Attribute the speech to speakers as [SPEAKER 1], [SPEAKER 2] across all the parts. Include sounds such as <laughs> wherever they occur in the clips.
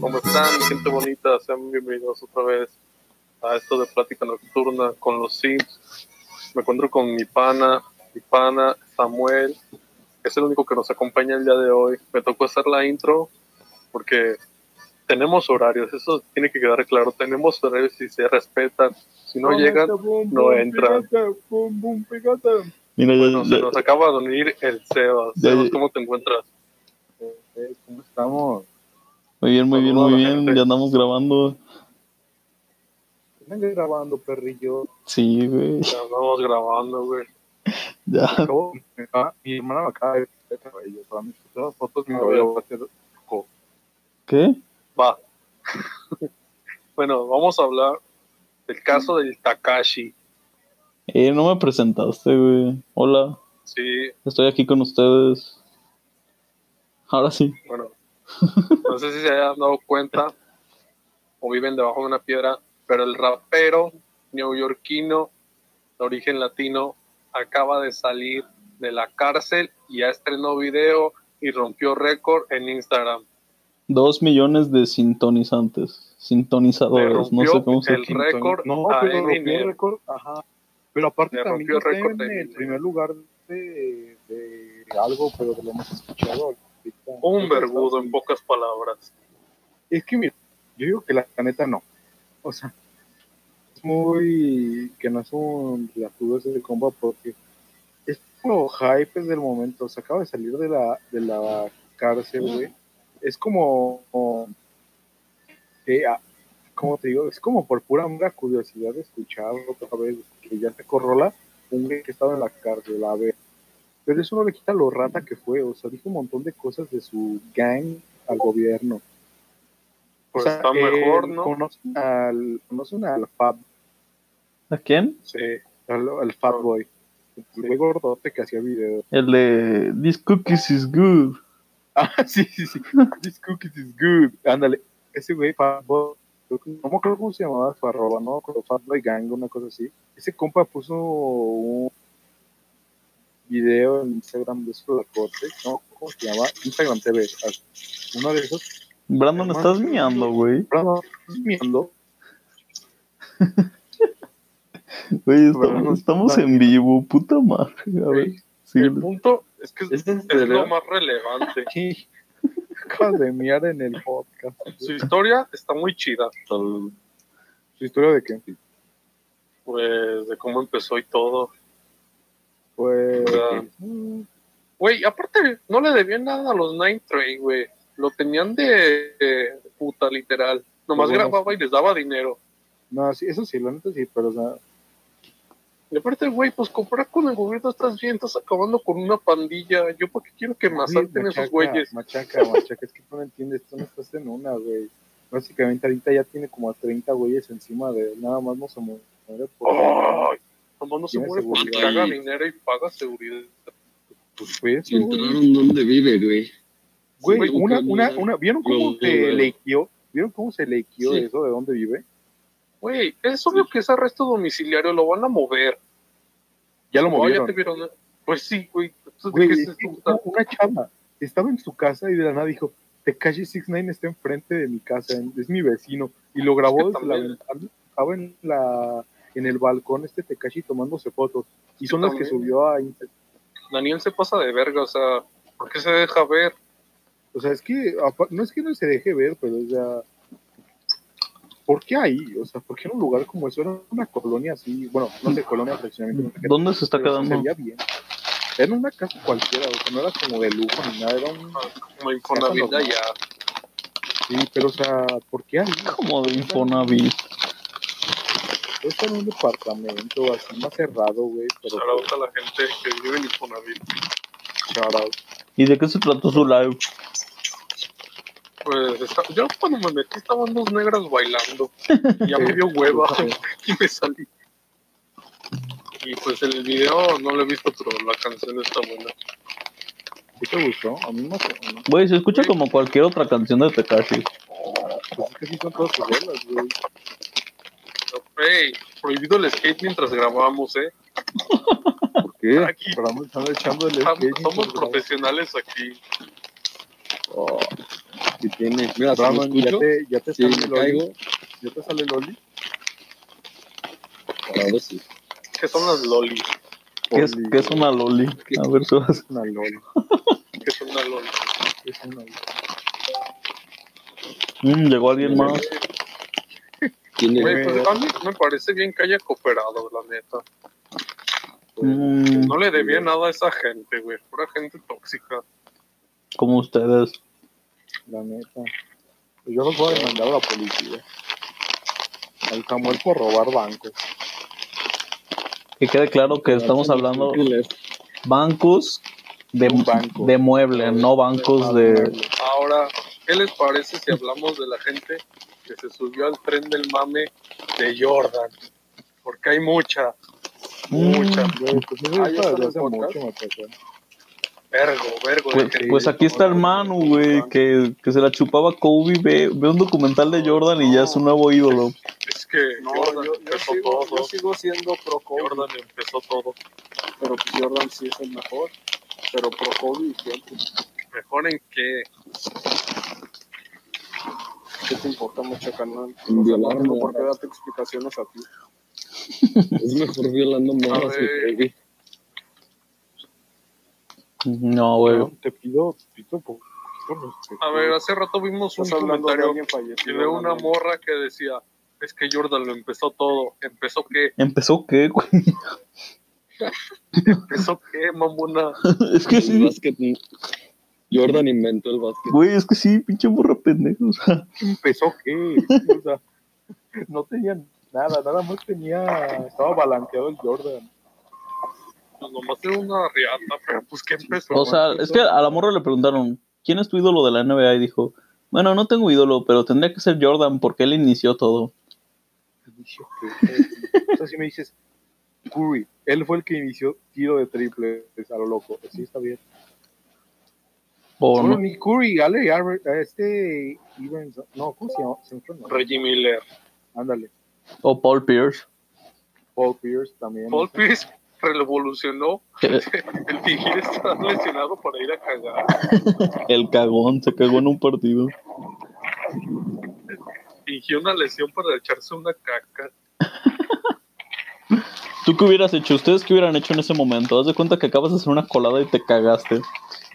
[SPEAKER 1] ¿Cómo están, gente bonita? Sean bienvenidos otra vez a esto de Plática Nocturna con los Sims. Me encuentro con mi pana, mi pana Samuel, que es el único que nos acompaña el día de hoy. Me tocó hacer la intro porque tenemos horarios, eso tiene que quedar claro. Tenemos horarios y se respetan. Si no llegan, no entran.
[SPEAKER 2] Mira, ya-
[SPEAKER 1] Bueno, se
[SPEAKER 2] ya-
[SPEAKER 1] nos acaba de unir el Sebas.
[SPEAKER 2] Ya-
[SPEAKER 1] Sebas, ¿cómo te encuentras?
[SPEAKER 3] Eh, ¿Cómo estamos?
[SPEAKER 2] muy bien, muy bien,
[SPEAKER 1] Saludos a la
[SPEAKER 2] muy bien.
[SPEAKER 1] gente.
[SPEAKER 2] Ya andamos grabando.
[SPEAKER 3] Están grabando, perrillo.
[SPEAKER 2] Sí, güey. <laughs>
[SPEAKER 1] Ya andamos grabando, güey.
[SPEAKER 2] Ya.
[SPEAKER 3] Acabo- me acaba- mi hermana me acaba de ver el cabello. Todas mis todas las fotos, mi
[SPEAKER 1] Ah,
[SPEAKER 3] cabello
[SPEAKER 1] bueno.
[SPEAKER 3] va a ser rojo.
[SPEAKER 2] ¿Qué?
[SPEAKER 1] Va. <laughs> bueno, vamos a hablar del caso del Takashi.
[SPEAKER 2] Eh, no me presentaste, güey. Hola,
[SPEAKER 1] Sí,
[SPEAKER 2] estoy aquí con ustedes. Ahora sí.
[SPEAKER 1] bueno. No sé si se hayan dado cuenta o viven debajo de una piedra, pero el rapero neoyorquino de origen latino acaba de salir de la cárcel y ya estrenó video y rompió récord en Instagram.
[SPEAKER 2] Dos millones de sintonizantes.
[SPEAKER 1] Le
[SPEAKER 2] Sintonizadores, no sé cómo se...
[SPEAKER 1] el récord
[SPEAKER 3] No,
[SPEAKER 1] a
[SPEAKER 3] pero rompió el
[SPEAKER 1] Eminem.
[SPEAKER 3] récord. Ajá. Pero aparte
[SPEAKER 1] Le
[SPEAKER 3] también
[SPEAKER 1] rompió el
[SPEAKER 3] está
[SPEAKER 1] récord de
[SPEAKER 3] en el
[SPEAKER 1] Eminem.
[SPEAKER 3] primer lugar de, de algo, pero que lo hemos escuchado. ahorita.
[SPEAKER 1] Un vergudo en pocas palabras.
[SPEAKER 3] Es que, mira, yo digo que la, la neta no. O sea, es muy. que no es un relativo ese de comba porque es puro hype del momento. Se acaba de salir de la, de la cárcel, güey. Es como. como- eh, ah, ¿Cómo te digo? Es como por pura una curiosidad de escuchar otra vez que ya se corrola un güey que estaba en la cárcel, a ver. Pero eso no le quita lo rata que fue. O sea, dijo un montón de cosas de su gang al gobierno.
[SPEAKER 1] Pues
[SPEAKER 3] O sea,
[SPEAKER 1] está
[SPEAKER 3] eh,
[SPEAKER 1] mejor, ¿no?
[SPEAKER 3] Conocen al, conocen al Fab,
[SPEAKER 2] ¿A quién?
[SPEAKER 1] Sí.
[SPEAKER 3] al, al Fat Boy, el güey gordote que hacía videos.
[SPEAKER 2] El de This Cookies is Good.
[SPEAKER 3] Ah, sí, sí, sí. This cookies is good. Ándale, ese güey Fat Boy, creo que- no me acuerdo cómo se llamaba su arroba, ¿no? Creo Fat Boy Gang, una cosa así. Ese compa puso un video en Instagram de su corte, ¿no? ¿Cómo se llama? Instagram TV. ah, Uno de esos
[SPEAKER 2] Brandon,
[SPEAKER 3] Hermano.
[SPEAKER 2] estás miando, güey.
[SPEAKER 3] Bravo, miendo.
[SPEAKER 2] Güey,
[SPEAKER 3] Brandon,
[SPEAKER 2] estamos, estamos
[SPEAKER 3] está
[SPEAKER 2] en vivo, puta madre. A ver, sigue.
[SPEAKER 1] El punto es que es,
[SPEAKER 3] ¿Es en
[SPEAKER 1] es lo
[SPEAKER 3] serio?
[SPEAKER 1] más relevante.
[SPEAKER 3] Sí. Acabas de miar en el podcast.
[SPEAKER 1] Su historia está muy chida,
[SPEAKER 3] ¿Su historia de qué?
[SPEAKER 1] pues, de cómo empezó y todo.
[SPEAKER 3] Pues.
[SPEAKER 1] Ah.
[SPEAKER 3] mm,
[SPEAKER 1] Güey, aparte, no le debían nada a los Nine Train, güey. Lo tenían de, de puta, literal. Nomás
[SPEAKER 3] Bueno.
[SPEAKER 1] grababa y les daba dinero.
[SPEAKER 3] No, sí, eso sí, la neta sí, pero o sea,
[SPEAKER 1] Y aparte, güey, pues comprar con el gobierno estás bien, estás acabando con una pandilla. Yo, ¿por qué quiero que me asalten esos güeyes?
[SPEAKER 3] Machaca, machaca, es que tú no entiendes, tú no estás en una, güey. Básicamente ahorita ya tiene como a 30 güeyes encima de él, nada más no se mu- muere por
[SPEAKER 1] Ay, Nomás no se
[SPEAKER 3] Tiene
[SPEAKER 1] muere porque
[SPEAKER 4] seguridad.
[SPEAKER 1] haga dinero y paga seguridad.
[SPEAKER 3] tus güeyes.
[SPEAKER 4] Y entraron donde vive, güey.
[SPEAKER 3] Pues, Güey,
[SPEAKER 4] güey,
[SPEAKER 3] una,
[SPEAKER 4] también.
[SPEAKER 3] una, una, ¿vieron cómo
[SPEAKER 4] Yo,
[SPEAKER 3] se
[SPEAKER 4] güey.
[SPEAKER 3] leiquió? ¿Vieron cómo se leiquió
[SPEAKER 4] Sí.
[SPEAKER 3] eso de dónde vive?
[SPEAKER 1] Güey, es obvio que es arresto domiciliario, lo van a mover.
[SPEAKER 3] Ya lo
[SPEAKER 1] Oh, ya
[SPEAKER 3] movieron.
[SPEAKER 1] te vieron. ¿eh? Pues sí, güey. Entonces,
[SPEAKER 3] Güey,
[SPEAKER 1] ¿qué es
[SPEAKER 3] es que
[SPEAKER 1] esto?
[SPEAKER 3] una- una chava estaba en su casa y de la nada dijo, Tekashi 69 está enfrente de mi casa, en- es mi vecino. Y lo grabó
[SPEAKER 1] Es que
[SPEAKER 3] desde la
[SPEAKER 1] también-
[SPEAKER 3] ventana, estaba en, la, en el balcón este Tekashi tomándose fotos. Y
[SPEAKER 1] que
[SPEAKER 3] son las que
[SPEAKER 1] también-
[SPEAKER 3] subió a Instagram.
[SPEAKER 1] Daniel se pasa de verga, o sea, ¿por qué se deja ver?
[SPEAKER 3] O sea, es que, apa- no es que no se deje ver, pero o sea, ¿por qué ahí? O sea, ¿por qué en un lugar como eso? Era una colonia así, bueno, no sé, colonia, fraccionamiento.
[SPEAKER 2] ¿Dónde se está
[SPEAKER 3] pero sí
[SPEAKER 2] quedando?
[SPEAKER 3] se veía bien. Era una casa cualquiera, o sea, no era como de lujo ni nada, era un...
[SPEAKER 1] Como Infonavit
[SPEAKER 3] Casa normal.
[SPEAKER 1] ya.
[SPEAKER 3] Sí, pero o sea, ¿por qué ahí?
[SPEAKER 2] Como de Infonavit.
[SPEAKER 3] Yo estaba en Pues, un departamento así más cerrado, güey, pero pues,
[SPEAKER 1] Shout out a la gente que vive en Infonavit.
[SPEAKER 3] shout out.
[SPEAKER 2] ¿Y de qué se trató su live?
[SPEAKER 1] Pues está- yo cuando me metí estaban dos negras bailando. Y ya me dio hueva <laughs> y me salí. Y pues el video no lo he visto, pero la canción está buena.
[SPEAKER 3] ¿Sí te gustó? A mí no pues, sé, no.
[SPEAKER 2] Güey, se escucha como cualquier otra canción de Tekashi.
[SPEAKER 3] Pues es que sí son todas sus bolas, güey.
[SPEAKER 1] Pero, hey, prohibido el skate mientras grabamos, ¿eh?
[SPEAKER 3] ¿Por qué?
[SPEAKER 1] Aquí.
[SPEAKER 3] Pero vamos están echando el
[SPEAKER 1] Estamos-
[SPEAKER 3] skate.
[SPEAKER 1] Somos profesionales aquí.
[SPEAKER 3] Oh,
[SPEAKER 4] si tiene. Mira, hasta me
[SPEAKER 3] Brahman, ya
[SPEAKER 4] escucho.
[SPEAKER 3] te, ya te
[SPEAKER 4] Si
[SPEAKER 3] sale
[SPEAKER 4] me
[SPEAKER 3] Loli.
[SPEAKER 4] caigo,
[SPEAKER 3] Ya te sale Loli.
[SPEAKER 4] ahora sí.
[SPEAKER 1] ¿Qué son las lolis?
[SPEAKER 2] ¿Qué es,
[SPEAKER 3] Loli,
[SPEAKER 2] qué es una loli? A ver, <laughs> tú vas.
[SPEAKER 3] una Loli?
[SPEAKER 1] ¿Qué son las lolis?
[SPEAKER 3] Es una Loli.
[SPEAKER 2] Mm, llegó alguien más.
[SPEAKER 4] Tiene-
[SPEAKER 1] Güey, pues, a mí me parece bien que haya cooperado, la neta.
[SPEAKER 2] Mm,
[SPEAKER 1] No le debía nada a esa gente, güey. Pura gente tóxica.
[SPEAKER 2] como ustedes.
[SPEAKER 3] La neta. Pues, Yo los voy a demandar a la policía. Al Samuel por robar bancos.
[SPEAKER 2] Que quede claro que estamos hablando bancos de,
[SPEAKER 3] Un banco.
[SPEAKER 2] de mueble, no bancos pues, de...
[SPEAKER 1] Ahora, ¿qué les parece si hablamos de la gente que se subió al tren del mame de Jordan? Porque hay mucha, mucha.
[SPEAKER 3] Güey, pues eso
[SPEAKER 1] Ah, ¿ya
[SPEAKER 3] ya está
[SPEAKER 1] están
[SPEAKER 3] desde hace
[SPEAKER 1] los
[SPEAKER 3] mucho, me pasó.
[SPEAKER 1] Vergo, vergo. de
[SPEAKER 2] Pues,
[SPEAKER 1] gente.
[SPEAKER 2] pues aquí está el Manu, güey, que, que se la chupaba Kobe, ve, ve un documental de Jordan y ya es un nuevo ídolo.
[SPEAKER 1] Es que
[SPEAKER 5] No,
[SPEAKER 1] Jordan
[SPEAKER 5] yo, yo
[SPEAKER 1] empezó
[SPEAKER 5] sigo, yo
[SPEAKER 1] todo.
[SPEAKER 5] sigo siendo pro Kobe,
[SPEAKER 1] Jordan empezó todo.
[SPEAKER 5] pero pues Jordan sí es el mejor. Pero pro Kobe, ¿qué,
[SPEAKER 1] Mejor en que
[SPEAKER 5] qué te importa mucho, canal?
[SPEAKER 4] Violar,
[SPEAKER 5] No,
[SPEAKER 4] no.
[SPEAKER 5] ¿Por qué darte explicaciones a ti?
[SPEAKER 4] Es mejor violando morras que
[SPEAKER 1] ver.
[SPEAKER 4] Kobe.
[SPEAKER 2] No, güey.
[SPEAKER 3] Te pido, pido este, por. por respeto.
[SPEAKER 1] A ver, hace rato vimos un
[SPEAKER 5] Estás hablando de
[SPEAKER 1] comentario
[SPEAKER 5] alguien
[SPEAKER 1] y
[SPEAKER 5] fallecido.
[SPEAKER 1] de una
[SPEAKER 5] ¿no?
[SPEAKER 1] morra que decía, es que Jordan lo empezó todo. ¿Empezó qué?
[SPEAKER 2] ¿Empezó qué, güey? <laughs>
[SPEAKER 1] ¿Empezó qué, mamona?
[SPEAKER 2] Es que
[SPEAKER 4] El
[SPEAKER 2] sí,
[SPEAKER 4] básquet. Jordan inventó el básquet.
[SPEAKER 2] güey, es que sí, pinche burra pendejo. o sea,
[SPEAKER 3] empezó qué? O sea, <laughs> no tenían nada, nada más tenía. Estaba balanceado el Jordan.
[SPEAKER 1] Pues nomás era una riata, pero pues ¿qué empezó?
[SPEAKER 2] O sea, es que a la morra le preguntaron, ¿quién es tu ídolo de la NBA? Y dijo, bueno, no tengo ídolo, pero tendría que ser Jordan porque él inició todo.
[SPEAKER 3] Y dije, "Ok". O sea, si me dices, Curry, él fue el que inició tiro de triple a lo loco. Pues sí, está bien.
[SPEAKER 2] O
[SPEAKER 3] Bueno,
[SPEAKER 2] no.
[SPEAKER 3] ni Curry, Ale, Albert, eh, este. Evans, no, ¿cómo se llama? Se me fue el nombre.
[SPEAKER 1] Reggie Miller.
[SPEAKER 3] Ándale.
[SPEAKER 2] O Paul Pierce.
[SPEAKER 3] Paul Pierce también.
[SPEAKER 1] Paul Pierce revolucionó
[SPEAKER 2] <laughs> que
[SPEAKER 1] el fingir estar lesionado para ir a cagar.
[SPEAKER 2] El cagón, se cagó en un partido.
[SPEAKER 1] Fingió una lesión para echarse una caca.
[SPEAKER 2] ¿Tú qué hubieras hecho? ¿Ustedes qué hubieran hecho en ese momento? Haz de cuenta que acabas de hacer una colada y te cagaste.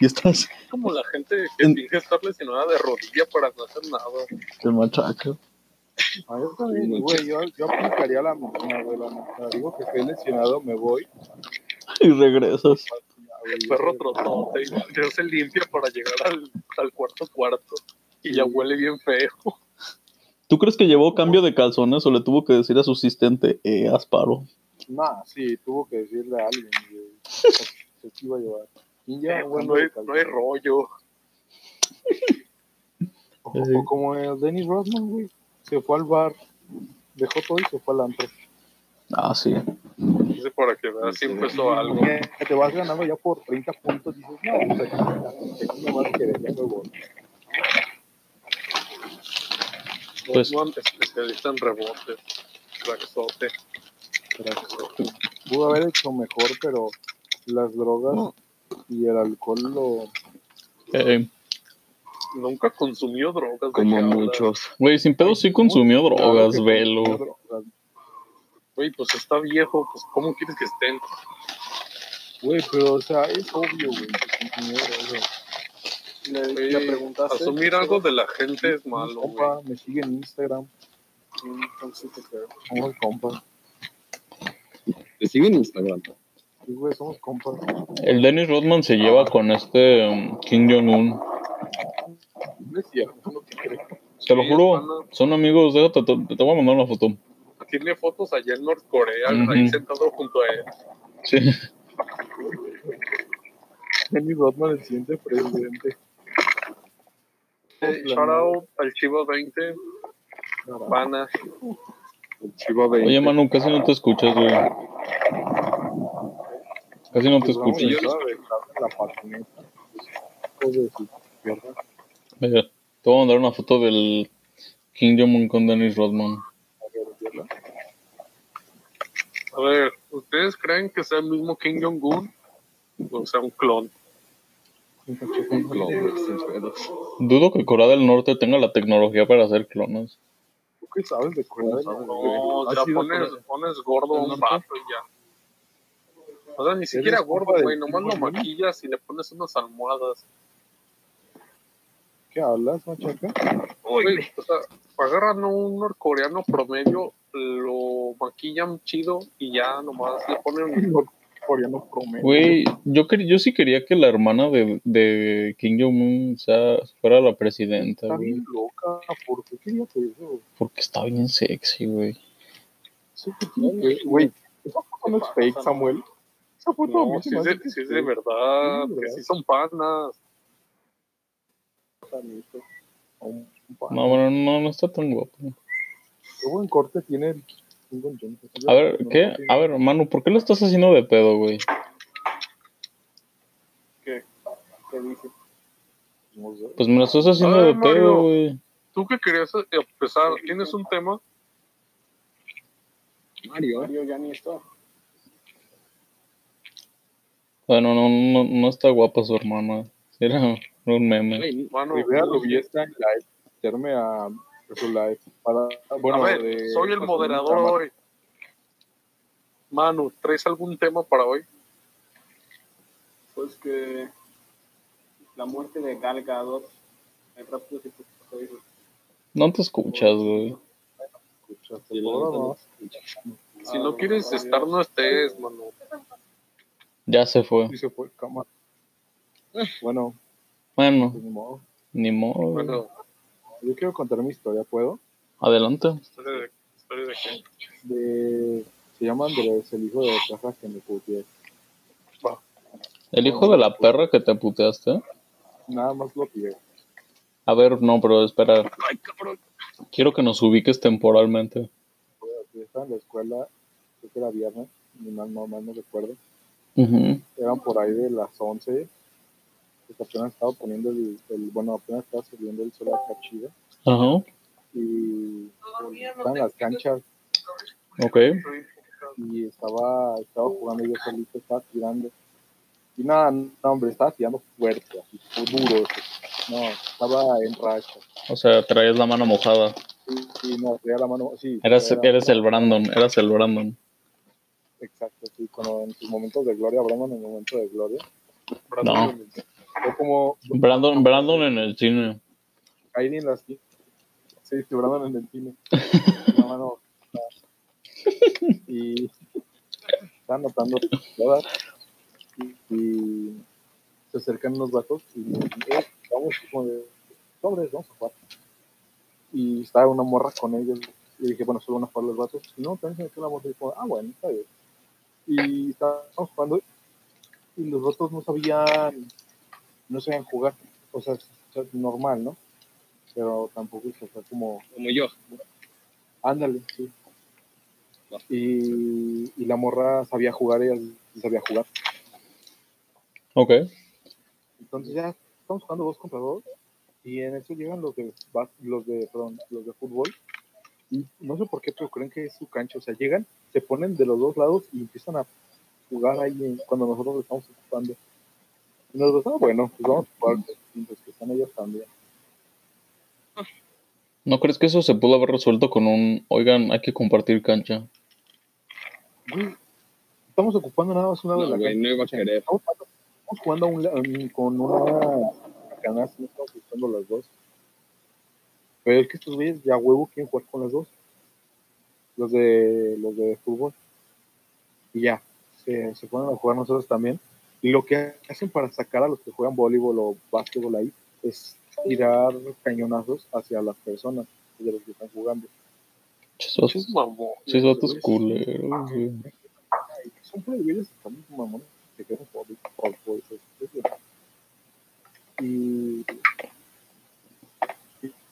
[SPEAKER 2] Y estás
[SPEAKER 1] Es como la gente que
[SPEAKER 2] En-
[SPEAKER 1] finge estar lesionada de rodilla para no hacer nada.
[SPEAKER 2] el machaca.
[SPEAKER 3] Ah, yo también, güey, yo, yo aplicaría la misma, güey, la neta. Digo que estoy lesionado, me voy.
[SPEAKER 2] Y regresas.
[SPEAKER 3] Ya, güey,
[SPEAKER 1] El perro trotote y ya se limpia para llegar al, al cuarto cuarto. Y ya huele bien feo.
[SPEAKER 2] ¿Tú crees que llevó cambio de calzones o le tuvo que decir a su asistente, eh, Asparo?
[SPEAKER 3] Nah, sí, tuvo que decirle a alguien, güey. Se te iba a llevar. Y ya,
[SPEAKER 1] Eh,
[SPEAKER 3] bueno,
[SPEAKER 1] no, hay,
[SPEAKER 3] de cal-
[SPEAKER 1] no hay rollo.
[SPEAKER 3] o, o como el Dennis Rodman, güey. Se fue al bar, dejó todo y se fue al antro.
[SPEAKER 2] Ah, sí.
[SPEAKER 1] Dice para que veas si empezó algo.
[SPEAKER 3] Eh, Te vas ganando ya por 30 puntos, dices, no, pues aquí está, aquí no vas a querer, ya me voy.
[SPEAKER 2] Pues-
[SPEAKER 1] No especialista en rebote. Craxote.
[SPEAKER 3] Pero, pues, Pudo haber hecho mejor, pero las drogas y el alcohol lo...
[SPEAKER 2] Eh,
[SPEAKER 1] Nunca consumió drogas. ¿de qué
[SPEAKER 4] Como
[SPEAKER 1] hablas?
[SPEAKER 4] muchos.
[SPEAKER 2] Güey, sin pedo sí consumió drogas,
[SPEAKER 3] Claro que consumió
[SPEAKER 2] velo.
[SPEAKER 3] drogas,
[SPEAKER 1] Güey, pues está viejo. Pues, ¿Cómo quieres que estén?
[SPEAKER 3] Güey, pero o sea, es obvio, güey, que consumía drogas.
[SPEAKER 5] Le,
[SPEAKER 1] Güey,
[SPEAKER 5] le preguntaste.
[SPEAKER 1] Asumir algo de la gente es malo, güey.
[SPEAKER 3] Compa, me sigue en Instagram,
[SPEAKER 5] Mm, entonces te creo.
[SPEAKER 3] somos compas.
[SPEAKER 4] Te siguen en Instagram.
[SPEAKER 3] Sí, güey, somos compas.
[SPEAKER 2] El Dennis Rodman se
[SPEAKER 3] Ah.
[SPEAKER 2] lleva con este um, Kim Jong-un.
[SPEAKER 3] No es cierto, no te creo.
[SPEAKER 2] Te lo
[SPEAKER 1] Sí,
[SPEAKER 2] juro,
[SPEAKER 1] hermano.
[SPEAKER 2] son amigos, déjate, te, te voy a mandar una foto.
[SPEAKER 1] Tiene fotos allá en North Corea, ahí
[SPEAKER 2] Ujú.
[SPEAKER 1] sentado junto a él.
[SPEAKER 2] Sí.
[SPEAKER 3] Dennis Rodman, el siguiente presidente.
[SPEAKER 1] Hey, shout out al Chiva 20, pana.
[SPEAKER 4] Chiva 20.
[SPEAKER 2] Oye, Manu, casi no te escuchas, güey. Casi no te
[SPEAKER 3] Pues vamos
[SPEAKER 2] escucho.
[SPEAKER 1] escucho.
[SPEAKER 3] a dejar la patineta. Hijo de su perra.
[SPEAKER 2] Mira, te voy a mandar una foto del King Jong-un con Dennis Rodman.
[SPEAKER 3] A ver, viola.
[SPEAKER 1] A ver, ¿ustedes creen que sea el mismo Kim Jong-un? O sea, un clon.
[SPEAKER 4] Clones sin pedos.
[SPEAKER 2] Dudo que Corea del Norte tenga la tecnología para hacer clones.
[SPEAKER 3] ¿Tú qué sabes de Corea del Norte?
[SPEAKER 1] No,
[SPEAKER 3] ¿Has
[SPEAKER 1] ya
[SPEAKER 3] ido a Corea
[SPEAKER 1] pones,
[SPEAKER 3] del-
[SPEAKER 1] pones gordo a un vato y ya. O sea, ni siquiera gordo,
[SPEAKER 3] compa de
[SPEAKER 1] güey. Nomás lo
[SPEAKER 3] Tim Burton?
[SPEAKER 1] maquillas y le pones unas almohadas.
[SPEAKER 3] ¿Qué hablas, machaca? <laughs>
[SPEAKER 1] Güey, o sea, agarran a un norcoreano promedio, lo maquillan chido y ya nomás le ponen.
[SPEAKER 3] Coreano promedio.
[SPEAKER 2] Güey, yo, quer- yo sí quería que la hermana de, de Kim Jong-un sea- fuera la presidenta,
[SPEAKER 3] Está
[SPEAKER 2] güey.
[SPEAKER 3] bien loca, ¿por qué quería que eso?
[SPEAKER 2] Porque está bien sexy, güey.
[SPEAKER 3] Sí,
[SPEAKER 1] Eh,
[SPEAKER 3] güey, Güey, esa foto no es fake, Samuel. Esa foto a mí
[SPEAKER 1] No, si
[SPEAKER 3] se
[SPEAKER 1] es,
[SPEAKER 3] me hace
[SPEAKER 1] de,
[SPEAKER 3] que
[SPEAKER 1] si es
[SPEAKER 3] sí.
[SPEAKER 1] de verdad,
[SPEAKER 3] Sí,
[SPEAKER 1] que
[SPEAKER 3] ¿verdad?
[SPEAKER 1] sí son panas.
[SPEAKER 3] Un- un pan.
[SPEAKER 2] No, bueno, no, no está tan guapo.
[SPEAKER 3] Qué buen corte tiene el Kim Jong-un.
[SPEAKER 2] A ver, ¿qué? A ver, Manu, ¿por qué lo estás haciendo de pedo, güey?
[SPEAKER 5] ¿Qué dice?
[SPEAKER 3] No sé.
[SPEAKER 2] Pues me lo estás haciendo
[SPEAKER 1] Ay,
[SPEAKER 2] de
[SPEAKER 1] Mario.
[SPEAKER 2] pedo, güey.
[SPEAKER 1] Tú que querías empezar, ¿tienes un tema?
[SPEAKER 4] Mario, ¿eh?
[SPEAKER 5] Mario ya ni está.
[SPEAKER 2] Bueno, no, no, no está guapa su hermana. Era un meme.
[SPEAKER 4] Ay,
[SPEAKER 1] Mano,
[SPEAKER 3] Rivera lo vi esta en live. Meterme a pues, a su live. Para, bueno,
[SPEAKER 1] a ver,
[SPEAKER 3] de- pues,
[SPEAKER 1] soy el
[SPEAKER 3] para-
[SPEAKER 1] moderador hoy. Manu, ¿traes algún tema para hoy?
[SPEAKER 5] Pues que la muerte de Gal Gadot, el rápido que se dice.
[SPEAKER 2] No te escuchas, güey.
[SPEAKER 3] Escucha,
[SPEAKER 4] Y la
[SPEAKER 3] todo,
[SPEAKER 4] neta no.
[SPEAKER 3] ¿no?
[SPEAKER 1] Si no quieres estar, no estés, Manu.
[SPEAKER 2] Ya se fue.
[SPEAKER 3] Y se fue cámara. Bueno,
[SPEAKER 2] Bueno,
[SPEAKER 3] pues, ni modo.
[SPEAKER 2] ni modo. güey.
[SPEAKER 1] Bueno,
[SPEAKER 3] Yo quiero contar mi historia, ¿puedo?
[SPEAKER 2] Adelante.
[SPEAKER 1] ¿historia de, historia de qué?
[SPEAKER 3] De... Se llama Andrés, el hijo de la caja que me puteé.
[SPEAKER 2] El hijo de la perra que te puteaste.
[SPEAKER 3] Nada más lo pide.
[SPEAKER 2] A ver, no, pero espera. Quiero que nos ubiques temporalmente.
[SPEAKER 3] Yo estaba en la escuela, creo que era viernes, ni más, no, más no recuerdo.
[SPEAKER 2] Ujú.
[SPEAKER 3] Eran por ahí de las 11, porque apenas estaba poniendo el, el- bueno, apenas estaba subiendo el sol acá chido,
[SPEAKER 2] Ajá.
[SPEAKER 3] y estaban las canchas,
[SPEAKER 2] Ok.
[SPEAKER 3] y estaba, estaba jugando yo solito, estaba tirando. Y nada, no, hombre, estaba tirando fuerte, así, fue duro. así. No, estaba en racha.
[SPEAKER 2] O sea, traías la mano mojada.
[SPEAKER 3] Y, y no, traía la mano, sí.
[SPEAKER 2] Eras,
[SPEAKER 3] traía la-
[SPEAKER 2] eres el Brandon. Eras el Brandon.
[SPEAKER 3] Exacto, sí, cuando en sus momentos de gloria, hablamos en el momento de gloria.
[SPEAKER 2] No.
[SPEAKER 3] Fue como,
[SPEAKER 2] Brandon, Brandon en el cine.
[SPEAKER 3] Ahí en las sí, Brandon en el cine. No, mano. Y están notando todas. Y, y se acercan unos vatos y eh, vamos como de sobres, vamos a jugar. Y estaba una morra con ellos. Y dije, bueno, solo van a jugar los vatos. Y no, también se metió la morra y dijo, ah, bueno, está bien. Y estábamos jugando y los vatos no sabían, no sabían jugar. O sea, normal, ¿no? pero tampoco es que fue como,
[SPEAKER 4] como yo.
[SPEAKER 3] ándale, sí. Y, y la morra sabía jugar, ella sí sabía jugar.
[SPEAKER 2] Ok.
[SPEAKER 3] Entonces ya estamos jugando dos contra dos y en eso llegan los de, bas- los de, perdón, los de fútbol y no sé por qué, pero creen que es su cancha. O sea, llegan, se ponen de los dos lados y empiezan a jugar ahí en- cuando nosotros estamos ocupando. Y nosotros, ah, bueno, pues vamos a jugar, mientras que están ellos también.
[SPEAKER 2] ¿No crees que eso se pudo haber resuelto con un, oigan, hay que compartir cancha?
[SPEAKER 3] Güey, estamos ocupando nada más una de
[SPEAKER 4] No,
[SPEAKER 3] la
[SPEAKER 4] güey, no iba a querer.
[SPEAKER 3] Estamos estamos jugando a un la- um, con una canasta, no estamos buscando las dos. Pero es que estos güeyes ya huevo quieren jugar con las dos. Los de los de fútbol. Y ya, se, se ponen a jugar nosotros también. Y lo que hacen para sacar a los que juegan voleibol o básquetbol ahí es tirar cañonazos hacia las personas de los que están jugando.
[SPEAKER 2] Ches vatos-
[SPEAKER 1] Chis mamón.
[SPEAKER 2] ches vatos
[SPEAKER 4] Ah.
[SPEAKER 2] culeros, güey.
[SPEAKER 3] Ay, que son plebeyos, estamos mamones, que queremos por- por- por- por- Y. y-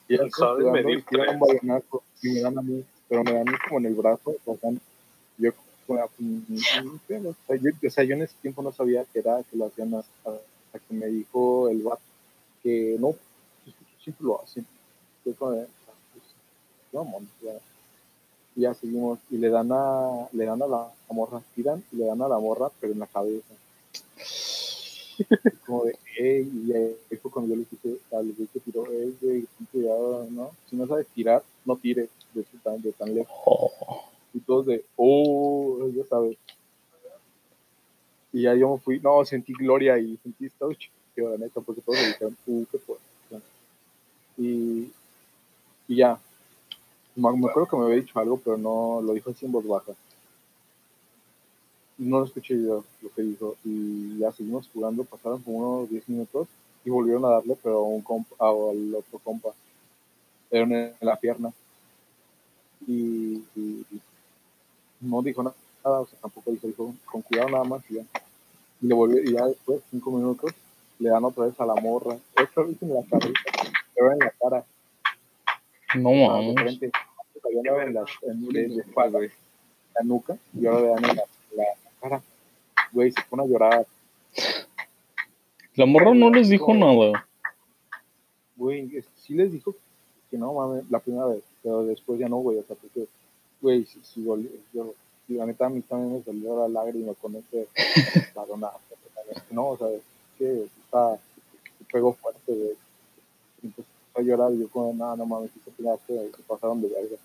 [SPEAKER 3] y ya
[SPEAKER 1] No saben
[SPEAKER 3] jugando,
[SPEAKER 1] medir
[SPEAKER 3] y tiran un balonazo y me dan a mí, pero me dan como en el brazo, o sea, yo, con la- mm, mm, pero, o sea, yo- o sea, yo en ese tiempo no sabía que era que lo hacían hasta, hasta que me dijo el vato que no, pues, siempre lo hacen. Yo como de, "Ah, pues, vamos, ya y ya seguimos y le dan a le dan a la morra tiran y le dan a la morra pero en la cabeza Y <laughs> como de, hey, y ahí fue cuando yo le dije al güey que tiró, hey, güey, ten cuidado, ¿no? Si no sabes tirar, no tires de, ese tan, de tan lejos. Y todos de, oh, ya sabes. Y ya yo me fui, no, sentí gloria y sentí esta que la neta, porque todos me dijeron, uh, qué fuerte. Y, y ya. Me, me acuerdo que me había dicho algo, pero no lo dijo así en voz baja no lo escuché yo lo que dijo y ya seguimos jugando, pasaron como unos 10 minutos y volvieron a darle, pero a un compa, a- al otro compa, era en en la pierna. Y, y- y no dijo na- nada, o sea, tampoco dijo, dijo, con cuidado nada más y ya. Y le volvió, y ya después, 5 minutos, le dan otra vez a la morra, otra vez en la cabeza, pero en la cara,
[SPEAKER 6] No
[SPEAKER 3] o
[SPEAKER 4] Ah,
[SPEAKER 3] sea, de
[SPEAKER 6] mames.
[SPEAKER 3] frente, Antes habían dado en la, en, de- de espalda, en la nuca, y ahora le dan en la, la cara. Güey, se pone a llorar.
[SPEAKER 6] La morra no les dijo nada.
[SPEAKER 3] Güey, es- sí les dijo que no mames, la primera vez, pero después ya no, güey, o sea, porque, güey, si, si dolió, yo, si la neta a mí también me salió la lágrima con este ah, varonazo, no, o sea, es que está, se pegó fuerte, güey, Y empezó a llorar, y yo como, no, no mames, sí se pegaste, se pasaron de verga,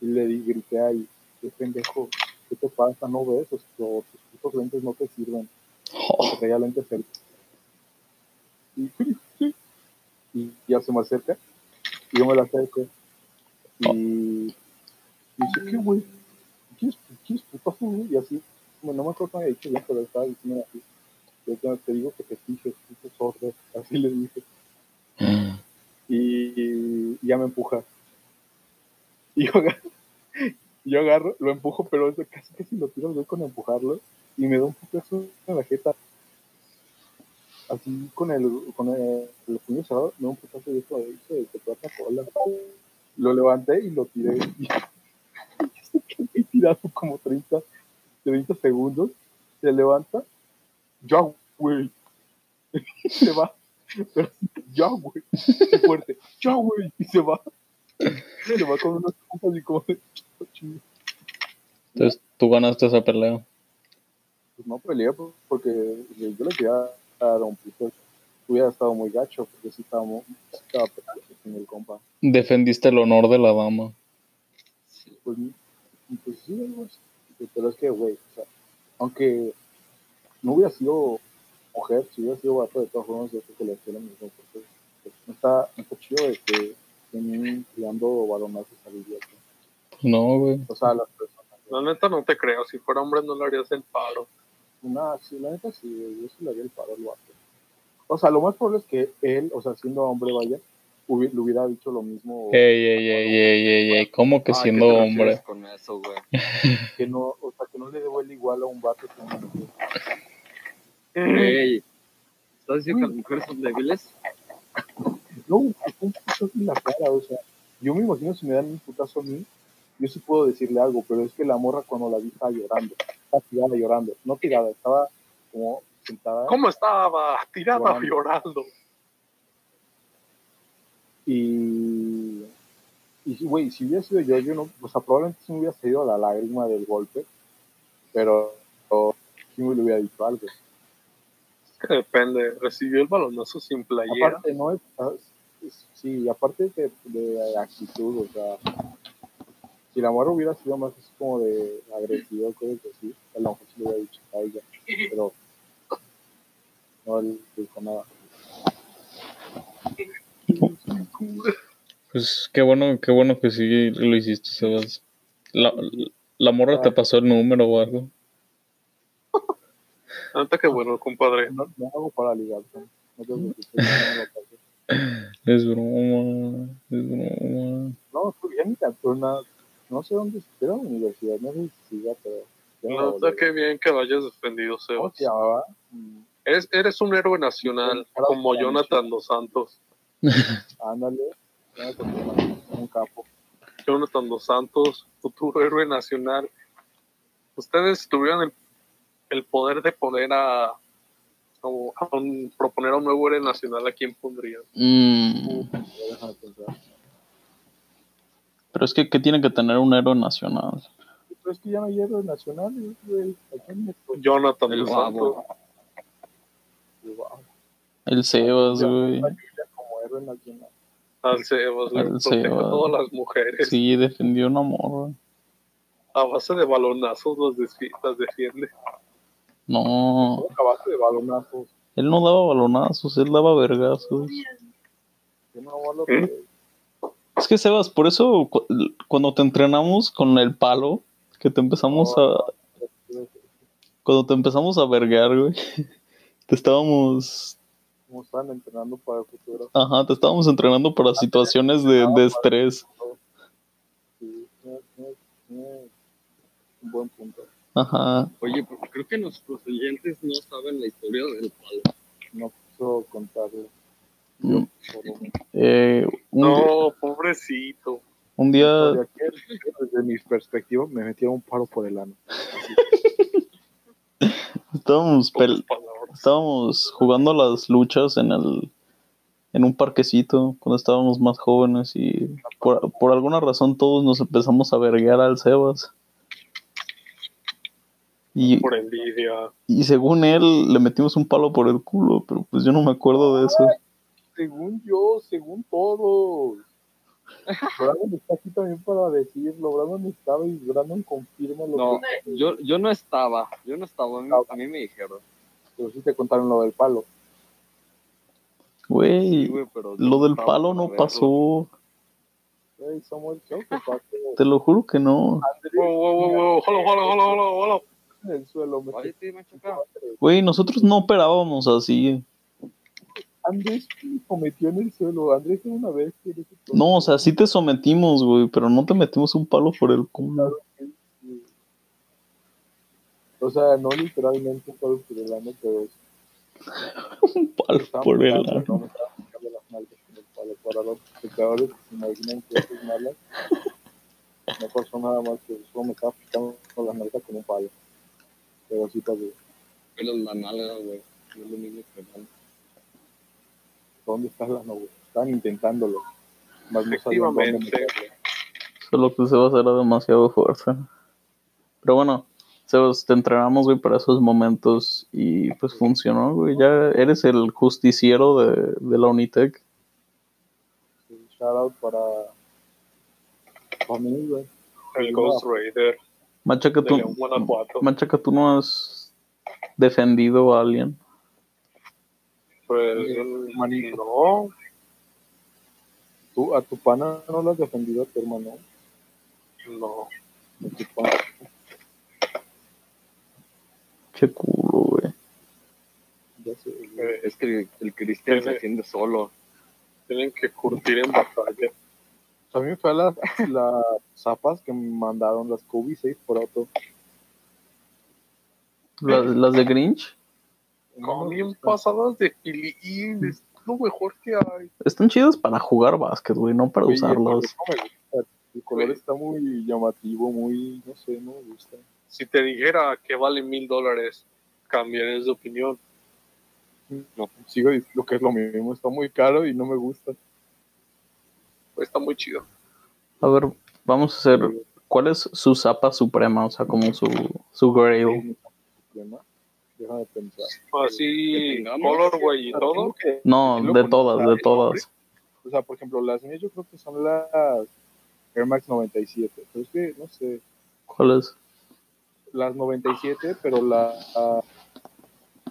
[SPEAKER 3] y le di, grité ahí, qué pendejo, ¿qué te pasa? No ves, o sea, tus putos lentes no te sirven,
[SPEAKER 2] Oh.
[SPEAKER 3] porque traía lentes cerca. Y y ya se me acerca. Y yo me la acerco. Y y dice, ¿qué, güey? ¿Qué es, qué es putazo, güey? Y así, bueno, no me acuerdo cómo me dicho bien, pero estaba diciendo así. Yo te, te digo que te fijes, tú te sordes, así le dije. Y, y ya me empuja. Y yo agarro, <laughs> yo agarro, lo empujo, pero es de casi casi lo tiro al güey con empujarlo. Y me da un putazo en la jeta así con el con el, el puño cerrado, me dio un putazo y dijo, "Ay, hijo de tu plata cola. Lo levanté y lo tiré. <laughs> Y se quedó tirado como 30, 30 segundos. Se levanta. Ya, güey. <laughs> Y se va. Pero así, ya, güey. Muy Fuerte. Ya, güey. Y se va. Se va con unas cosas y como de, "Oh, chinga".
[SPEAKER 6] Entonces tú ganaste esa pelea.
[SPEAKER 3] pues no peleé pues, porque yo le quería dar a un piso. Hubiera estado muy gacho porque sí estaba, muy, estaba peleando con el compa.
[SPEAKER 6] Defendiste el honor de la dama.
[SPEAKER 3] Pues, pues sí, algo así. Pero es que, güey, o sea, aunque no hubiera sido mujer, si hubiera sido vato, de todas formas, yo creo que le hacía lo mismo. Porque pues, no, está, no está chido de que estén tirando balonazos a Vivieta.
[SPEAKER 6] Pues no, güey.
[SPEAKER 3] O sea, a las personas.
[SPEAKER 1] La neta no te creo, si fuera hombre no le harías el paro.
[SPEAKER 3] Una, sí, la neta sí, güey, yo sí le haría el paro al vato. O sea, lo más probable es que él, o sea, siendo hombre, vaya, hubi- le hubiera dicho lo mismo
[SPEAKER 2] Eh.
[SPEAKER 6] Ey, ey, ey, ey, ey, ey. ¿Cómo que
[SPEAKER 4] Ah, ¿qué
[SPEAKER 6] siendo
[SPEAKER 4] te
[SPEAKER 6] hombre?
[SPEAKER 4] refieres Con eso, güey.
[SPEAKER 3] que no, o sea, que no le devuelve igual a un vato que a una mujer.
[SPEAKER 1] Eh,
[SPEAKER 4] Güey. ¿Estás diciendo que las mujeres son débiles?
[SPEAKER 3] No, un putazo en la cara, o sea, yo me imagino si me dan un putazo a mí, yo sí puedo decirle algo, pero es que la morra cuando la vi estaba llorando, estaba tirada llorando, no tirada, estaba como sentada
[SPEAKER 1] ¿Cómo estaba? Tirada
[SPEAKER 3] Llorando.
[SPEAKER 1] llorando. <laughs>
[SPEAKER 3] y, y güey, si hubiera sido yo, yo no, o sea, probablemente sí me hubiera salido la lágrima del golpe, pero o, sí me le hubiera dicho algo.
[SPEAKER 1] Es que depende, recibió el balonazo sin playera.
[SPEAKER 3] Aparte, no es, ah, es- sí, aparte de, de actitud, o sea, si la morra hubiera sido más así como de agresivo, cosas así, a lo mejor se lo hubiera dicho a ella, pero no le dijo nada.
[SPEAKER 6] Pues qué bueno, qué bueno que sí lo hiciste, Sebas. La, la morra
[SPEAKER 4] Ah.
[SPEAKER 6] te pasó el número o algo.
[SPEAKER 1] La neta que bueno, compadre.
[SPEAKER 3] No, no hago para ligar, no, no tengo que decir, no, no, no.
[SPEAKER 6] Es broma, es broma.
[SPEAKER 3] No, pues ya ni tan nada. No sé dónde se era la universidad, no sé si siga, pero. ya me la
[SPEAKER 1] No
[SPEAKER 3] volví.
[SPEAKER 1] está qué bien que lo hayas defendido,
[SPEAKER 3] ¿Cómo
[SPEAKER 1] Sebas.
[SPEAKER 3] se llamaba? Mm,
[SPEAKER 1] Eres, eres un héroe nacional,
[SPEAKER 3] Claro,
[SPEAKER 1] como
[SPEAKER 3] claro.
[SPEAKER 1] Jonathan Dos Santos.
[SPEAKER 3] Ándale, ya me acordé, un capo.
[SPEAKER 1] Jonathan Dos Santos, <laughs> futuro héroe nacional. Ustedes tuvieron el, el poder de poner a, a un- a un- proponer a un nuevo héroe nacional, ¿a quién pondrían?
[SPEAKER 2] Mm,
[SPEAKER 3] Ya déjame pensar.
[SPEAKER 2] pero es que, ¿qué tiene que tener un héroe nacional?
[SPEAKER 3] Pero es que ya no hay héroes nacionales, güey. Aquí en México,
[SPEAKER 1] Jonathan
[SPEAKER 4] El
[SPEAKER 1] Dos
[SPEAKER 4] babo.
[SPEAKER 1] Santos.
[SPEAKER 3] guau.
[SPEAKER 2] El
[SPEAKER 1] Pues,
[SPEAKER 2] Sebas, güey.
[SPEAKER 3] como héroe nacional.
[SPEAKER 1] Al Sebas, güey.
[SPEAKER 2] Al
[SPEAKER 1] Protege a
[SPEAKER 2] Sebas.
[SPEAKER 1] todas las mujeres.
[SPEAKER 2] Sí, defendió una morra.
[SPEAKER 1] A base de balonazos las, desfi- las defiende.
[SPEAKER 2] No,
[SPEAKER 3] A base de balonazos.
[SPEAKER 2] él no daba balonazos, él daba vergazos.
[SPEAKER 3] Yo no hablo
[SPEAKER 1] ¿Eh?
[SPEAKER 3] de-
[SPEAKER 2] Es que Sebas, por eso cu- cuando te entrenamos con el palo, que te empezamos a.
[SPEAKER 1] ¿Eh?
[SPEAKER 2] Cuando te empezamos a vergar, güey. <laughs> Te estábamos.
[SPEAKER 3] como están entrenando para el futuro.
[SPEAKER 2] Ajá, te estábamos entrenando para situaciones de, de estrés.
[SPEAKER 3] Sí, eh, eh, eh. Un buen punto.
[SPEAKER 2] Ajá.
[SPEAKER 4] Oye, pero creo que nuestros oyentes no saben la historia del palo.
[SPEAKER 3] No puedo contarlo.
[SPEAKER 2] Mm,
[SPEAKER 3] por un-
[SPEAKER 2] eh, un, di-
[SPEAKER 1] No, pobrecito.
[SPEAKER 2] un día.
[SPEAKER 3] de aquel, desde mi perspectiva, me metieron un paro por el ano.
[SPEAKER 2] Estábamos,
[SPEAKER 1] Pocas
[SPEAKER 2] pel-
[SPEAKER 1] palabras.
[SPEAKER 2] estábamos jugando a las luchas en el en un parquecito cuando estábamos más jóvenes y por, por alguna razón todos nos empezamos a verguear al Sebas. Y,
[SPEAKER 1] Por envidia.
[SPEAKER 2] y según él le metimos un palo por el culo, pero pues yo no me acuerdo de eso.
[SPEAKER 3] Según yo, según todos. Brandon está aquí también para decirlo. Brandon estaba y Brandon confirma lo
[SPEAKER 4] No,
[SPEAKER 3] que.
[SPEAKER 4] yo, yo no estaba. Yo no estaba. A mí, a mí me dijeron.
[SPEAKER 3] Pero sí te contaron lo del palo.
[SPEAKER 4] Sí,
[SPEAKER 2] Güey,
[SPEAKER 4] güey, pero yo
[SPEAKER 2] lo del
[SPEAKER 4] estaba
[SPEAKER 2] palo
[SPEAKER 4] para
[SPEAKER 2] no
[SPEAKER 4] verlo.
[SPEAKER 2] pasó.
[SPEAKER 3] Ey, Samuel, creo que pasó
[SPEAKER 2] Te lo juro que no.
[SPEAKER 1] Wow, wow, wow, wow. Hola, hola, hola, hola, hola.
[SPEAKER 3] en el suelo. Me
[SPEAKER 4] Cállate, machaca.
[SPEAKER 2] Güey, nosotros no operábamos así.
[SPEAKER 3] Andrés lo metió en el suelo. Andrés era una vez que eres un-
[SPEAKER 2] No, o sea, sí te sometimos, güey, pero no te metimos un palo por el culo.
[SPEAKER 3] O sea, no literalmente un palo por el ano, pero
[SPEAKER 2] Un palo por el ano.
[SPEAKER 3] No me estaba picando las nalgas con el palo. Para los espectadores que se imaginan que eso es malas, no pasó nada más que solo me estaba picando con las nalgas con un palo. Pero sí pasó.
[SPEAKER 4] Pero la nalga, güey. No es lo mismo que nalga.
[SPEAKER 3] ¿Dónde estás las nubes? Estaban intentándolo. Más no sabían dónde
[SPEAKER 1] Efectivamente.
[SPEAKER 3] meterlo.
[SPEAKER 2] Solo que Sebas era demasiado fuerza. Pero bueno, Sebas, te entrenamos, güey, para esos momentos y pues funcionó, güey. Ya eres el justiciero de, de la Unitec.
[SPEAKER 3] Sí, Shout out para. eh. Para mí, güey.
[SPEAKER 1] El Ghost Raider
[SPEAKER 2] Machaca,
[SPEAKER 1] de León,
[SPEAKER 2] tú,
[SPEAKER 1] Guanajuato.
[SPEAKER 2] Machaca, tú no has defendido a alguien.
[SPEAKER 1] Pues,
[SPEAKER 3] Manico.
[SPEAKER 1] no,
[SPEAKER 3] Tú, a tu pana no lo has defendido a tu hermano.
[SPEAKER 1] no.
[SPEAKER 3] A tu pana.
[SPEAKER 2] Che culo, güey.
[SPEAKER 3] Ya sé, güey.
[SPEAKER 1] eh,
[SPEAKER 4] Es que el Cristian
[SPEAKER 1] Sí,
[SPEAKER 4] se
[SPEAKER 1] sí.
[SPEAKER 4] defiende solo.
[SPEAKER 1] tienen que curtir en batalla.
[SPEAKER 3] También fue a las, las zapas que me mandaron las Kobe 6 por auto.
[SPEAKER 2] ¿Las, las de Grinch?
[SPEAKER 1] Con bien pasadas de pilín, es lo mejor que hay.
[SPEAKER 2] Están chidas para jugar básquet, güey, no para
[SPEAKER 3] Oye,
[SPEAKER 2] usarlas.
[SPEAKER 3] no me gusta. El color
[SPEAKER 1] Güey.
[SPEAKER 3] está muy llamativo, muy, no sé, no me gusta.
[SPEAKER 1] Si te dijera que vale mil dólares, cambiarías de opinión.
[SPEAKER 3] No, sigo diciendo que es lo mismo, está muy caro y no me gusta.
[SPEAKER 1] Pues está muy chido.
[SPEAKER 2] A ver, vamos a hacer. ¿Cuál es su zapa suprema? O sea, como su, su grail.
[SPEAKER 3] Problema. Déjame pensar.
[SPEAKER 4] Que
[SPEAKER 1] Así,
[SPEAKER 4] tengamos-
[SPEAKER 1] colorway y todo.
[SPEAKER 2] No, de todas, de todas.
[SPEAKER 3] O sea, por ejemplo, las mías yo creo que son las Air Max 97. Pero es que, no sé,
[SPEAKER 2] ¿Cuál es?
[SPEAKER 3] las 97, pero la... la-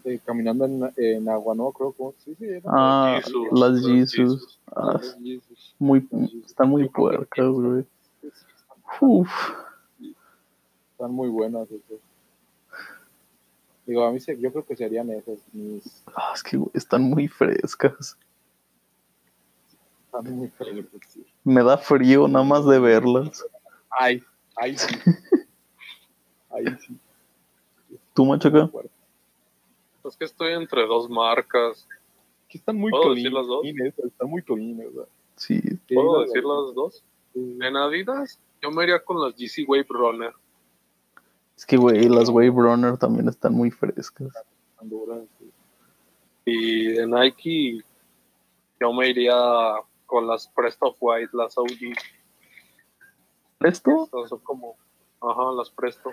[SPEAKER 3] eh, caminando en, en agua, ¿no? Creo que... Sí, sí, era.
[SPEAKER 2] Ah,
[SPEAKER 1] Jesus,
[SPEAKER 2] las
[SPEAKER 1] las
[SPEAKER 2] Jesus.
[SPEAKER 1] Jesus.
[SPEAKER 2] Ah, muy, están muy puercas, güey. Uf.
[SPEAKER 3] Están muy buenas. esas. Digo, a mí se, yo creo que serían esas. Mis,
[SPEAKER 2] Ah, es que güey, están muy frescas.
[SPEAKER 3] están muy-
[SPEAKER 2] Me da frío nada más de verlas.
[SPEAKER 3] ay, ay, sí. Ay, sí.
[SPEAKER 2] ¿Tú, machaca?
[SPEAKER 1] Es que estoy entre dos marcas.
[SPEAKER 3] Que están muy
[SPEAKER 1] ¿Puedo
[SPEAKER 3] clean.
[SPEAKER 1] decir las dos?
[SPEAKER 3] clean esas, están muy clean, eh, ¿verdad?
[SPEAKER 2] Sí.
[SPEAKER 3] Sí,
[SPEAKER 1] ¿Puedo
[SPEAKER 3] las
[SPEAKER 1] decir las dos? En Adidas, yo me iría con las GC Wave Runner.
[SPEAKER 2] Es que, güey, las Wave Runner también están muy frescas.
[SPEAKER 3] están duras, sí.
[SPEAKER 1] Y de Nike, yo me iría con las Prest of White, las OG.
[SPEAKER 2] ¿Presto?
[SPEAKER 1] Estas son como, ajá, las Presto.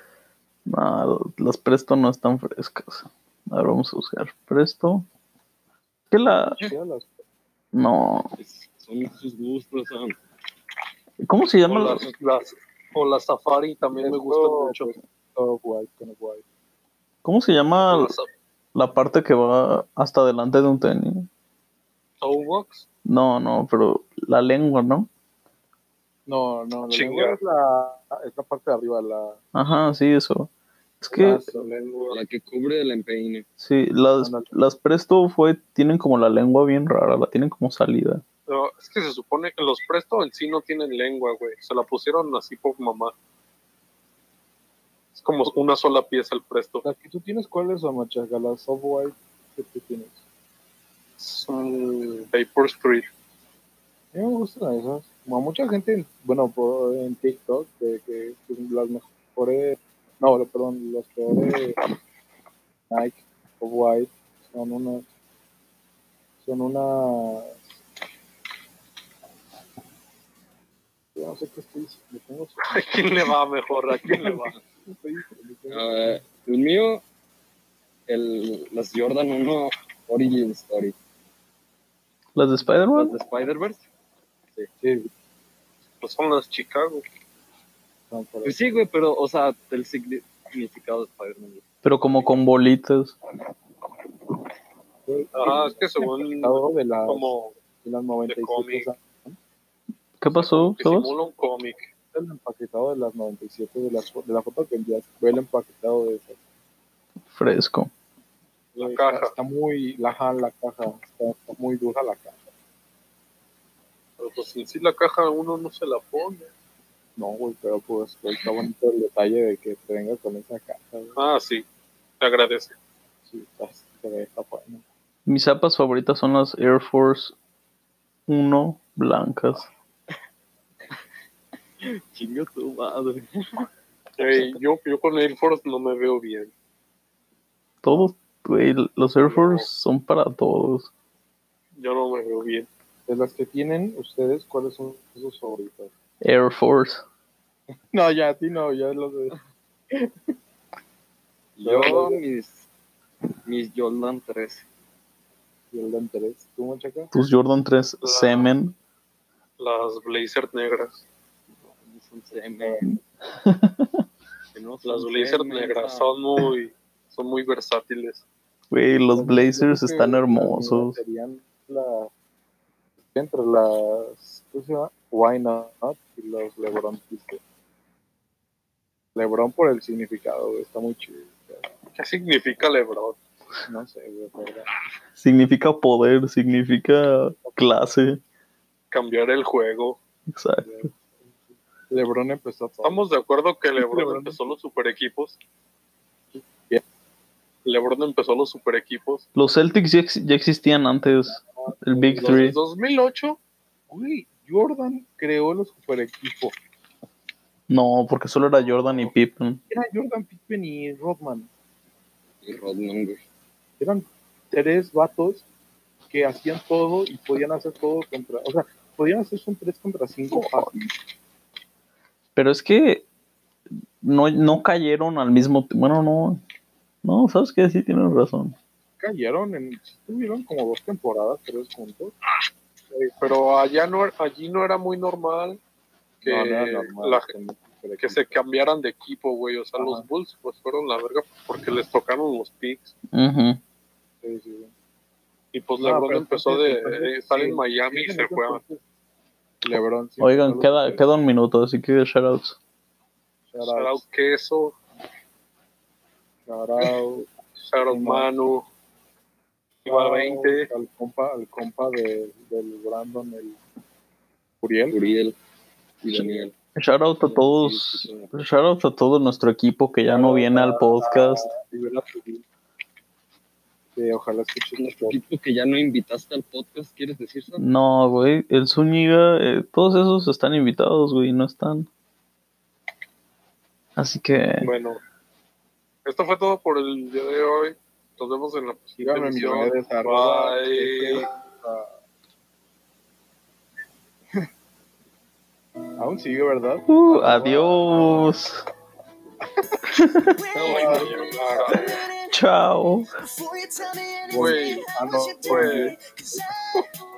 [SPEAKER 2] No, las Presto no están frescas. Ahora vamos a buscar Presto. Que la. No.
[SPEAKER 4] Son sus gustos, ¿sabes?
[SPEAKER 2] ¿Cómo se
[SPEAKER 1] O
[SPEAKER 2] llama? la-
[SPEAKER 1] las, las- o las Safari también me gustan mucho.
[SPEAKER 3] Todo guay, todo guay.
[SPEAKER 2] ¿Cómo se llama
[SPEAKER 1] Las
[SPEAKER 2] la parte que va hasta delante de un tenis?
[SPEAKER 1] Toebox.
[SPEAKER 2] No, no, pero la lengua, ¿no?
[SPEAKER 3] No, no, la
[SPEAKER 1] Chinga.
[SPEAKER 3] lengua es la, es la parte de arriba, la,
[SPEAKER 2] Ajá, sí, eso. Es que
[SPEAKER 3] la- la lengua.
[SPEAKER 4] La que cubre el empeine.
[SPEAKER 2] sí, las,
[SPEAKER 3] Ándale.
[SPEAKER 2] las presto fue, tienen como la lengua bien rara, la tienen como salida.
[SPEAKER 1] No, es que se supone que los Presto en sí no tienen lengua, güey. Se la pusieron así por mamá. Es como una sola pieza el Presto.
[SPEAKER 3] La que tú tienes, ¿cuál es, Amachaga? La soft white que tú tienes.
[SPEAKER 1] Es un Vapor Street. <laughs>
[SPEAKER 3] A mí me gustan esas. Como a mucha gente, bueno, por- en TikTok, de que son las mejores, no, lo- perdón, las peores Nike o White son unas, son unas, yo no sé qué estoy diciendo, tengo sueño,
[SPEAKER 1] ¿A quién le va mejor? ¿A quién le va?
[SPEAKER 3] estoy diciendo, tengo-
[SPEAKER 4] Ah, el mío, el, las Jordan 1 Origin Story.
[SPEAKER 2] Las de
[SPEAKER 4] Las
[SPEAKER 2] Spider-Man,
[SPEAKER 4] de Spider-Verse.
[SPEAKER 3] Sí,
[SPEAKER 1] Pues son las Chicago.
[SPEAKER 3] están por ahí.
[SPEAKER 4] Pues sí, güey, pero, o sea, el signi- significado de Spider-Man.
[SPEAKER 2] pero como con bolitas.
[SPEAKER 1] Ajá, es que según
[SPEAKER 3] Lado de las,
[SPEAKER 1] como
[SPEAKER 3] de las
[SPEAKER 1] cómic.
[SPEAKER 3] 97,
[SPEAKER 2] ¿Qué pasó, Sebas?
[SPEAKER 1] disimula un cómic.
[SPEAKER 3] el empaquetado de las 97, de la, de la foto que enviaste, fue el empaquetado de esas.
[SPEAKER 2] Fresco.
[SPEAKER 1] La
[SPEAKER 3] Está-
[SPEAKER 1] caja.
[SPEAKER 3] Está muy, la, ajá, la caja, está, está muy dura la caja.
[SPEAKER 1] Pero pues en sí la caja uno no se la pone.
[SPEAKER 3] No, güey, pero pues güey, está bonito el detalle de que te venga con esa caja, güey.
[SPEAKER 1] Ah, sí. Te agradezco.
[SPEAKER 3] Sí, está, se ve, está bueno.
[SPEAKER 2] Mis zapas favoritas son las Air Force 1 blancas.
[SPEAKER 4] Chinga tu madre.
[SPEAKER 1] Ey, yo, yo con Air Force no me veo bien.
[SPEAKER 2] Todos, güey, los Air Force son para todos.
[SPEAKER 1] Yo no me veo bien.
[SPEAKER 3] De las que tienen ustedes, ¿cuáles son sus favoritas?
[SPEAKER 2] Air Force.
[SPEAKER 3] No, ya a ti no, ya los de...
[SPEAKER 4] Yo, mis, mis Jordan 3.
[SPEAKER 3] y el de Andrés. ¿Tú, Machaca?
[SPEAKER 2] Tus Jordan 3
[SPEAKER 1] Claro.
[SPEAKER 2] Semen.
[SPEAKER 1] Las blazer negras.
[SPEAKER 4] Son semen. Que no son
[SPEAKER 1] Las blazer
[SPEAKER 4] semen,
[SPEAKER 1] negras
[SPEAKER 4] no.
[SPEAKER 1] son muy, son muy versátiles.
[SPEAKER 2] Güey, los Blazers
[SPEAKER 3] Yo creo que
[SPEAKER 2] están
[SPEAKER 3] las
[SPEAKER 2] hermosos.
[SPEAKER 3] mías Serían la... Entre las... ¿Cómo se llama? Why Not y los Lebron Pistons. Lebron por el significado, güey, está muy chido. güey.
[SPEAKER 1] ¿Qué significa Lebron?
[SPEAKER 3] No sé, güey, pero...
[SPEAKER 2] Significa poder, significa clase.
[SPEAKER 1] Cambiar el juego.
[SPEAKER 2] Exacto.
[SPEAKER 3] Lebron empezó todo.
[SPEAKER 1] Estamos de acuerdo que Lebron,
[SPEAKER 3] Lebron.
[SPEAKER 1] empezó los super equipos.
[SPEAKER 3] Bien.
[SPEAKER 1] Lebron empezó los super equipos.
[SPEAKER 2] Los Celtics ya, ex- ya existían antes. El
[SPEAKER 1] Los
[SPEAKER 2] Big
[SPEAKER 1] de
[SPEAKER 2] Three.
[SPEAKER 1] 2008,
[SPEAKER 3] Güey, Jordan creó los super equipo.
[SPEAKER 2] No, porque solo era Jordan y Pippen.
[SPEAKER 3] Era Jordan Pippen y Rodman.
[SPEAKER 4] Y Rodman, güey.
[SPEAKER 3] Eran tres vatos que hacían todo y podían hacer todo contra. O sea, podían hacerse un 3 contra 5 fácil.
[SPEAKER 2] Pero es que no, no cayeron al mismo tiempo. Bueno, no. No, sabes que sí tienes razón.
[SPEAKER 3] Cayeron en. sí Tuvieron como dos temporadas, tres juntos.
[SPEAKER 1] eh, pero allá no, era- allí no era muy normal que,
[SPEAKER 3] No, no era normal,
[SPEAKER 1] la-
[SPEAKER 3] tenía super
[SPEAKER 1] que se
[SPEAKER 3] equipo.
[SPEAKER 1] cambiaran de equipo, güey. O sea,
[SPEAKER 3] Ajá.
[SPEAKER 1] los Bulls pues fueron la verga porque les tocaron los picks.
[SPEAKER 2] Ujú.
[SPEAKER 3] Sí, sí, sí.
[SPEAKER 1] Y pues
[SPEAKER 3] No,
[SPEAKER 1] LeBron
[SPEAKER 3] pero
[SPEAKER 1] empezó
[SPEAKER 3] entonces-
[SPEAKER 1] de
[SPEAKER 3] entonces,
[SPEAKER 1] eh, estar
[SPEAKER 3] sí,
[SPEAKER 1] en Miami y
[SPEAKER 3] sí,
[SPEAKER 1] se fue a...
[SPEAKER 3] entonces, Lebron. sí,
[SPEAKER 2] Oigan,
[SPEAKER 3] empezó
[SPEAKER 2] queda,
[SPEAKER 3] los-
[SPEAKER 2] queda un minuto, así que shoutouts.
[SPEAKER 3] Shout
[SPEAKER 1] shout
[SPEAKER 3] out,
[SPEAKER 1] out Queso,
[SPEAKER 3] shout out.
[SPEAKER 1] shout out
[SPEAKER 3] Sí,
[SPEAKER 1] Manu,
[SPEAKER 3] Ah,
[SPEAKER 1] Iba 20,
[SPEAKER 3] Al compa, al compa de, del Brandon, el Uriel.
[SPEAKER 4] Uriel y Daniel.
[SPEAKER 2] Shoutout a todos. Shoutout a todo nuestro equipo que ya no viene al podcast.
[SPEAKER 3] Rivera Uriel. Que ojalá escuches
[SPEAKER 4] Los
[SPEAKER 3] este podcast.
[SPEAKER 4] poquito que ya no invitaste al podcast, ¿quieres decir Sam?
[SPEAKER 2] No, güey, el Zúñiga, eh, todos esos están invitados, güey, no están. Así que,
[SPEAKER 1] bueno. Esto fue todo por el día de hoy. Nos vemos en la
[SPEAKER 3] Síganme en mis
[SPEAKER 1] emisión.
[SPEAKER 3] redes, arroba, este,
[SPEAKER 1] Bye.
[SPEAKER 3] <laughs> Aún sigue, ¿verdad?
[SPEAKER 2] uh, adiós.
[SPEAKER 1] Ay, no, yo, claro.
[SPEAKER 7] Beautiful.
[SPEAKER 2] Chao.
[SPEAKER 7] Before you tell me
[SPEAKER 3] Güey,
[SPEAKER 7] anything,
[SPEAKER 3] ah,
[SPEAKER 7] how
[SPEAKER 3] no,
[SPEAKER 7] was your day? 'Cause I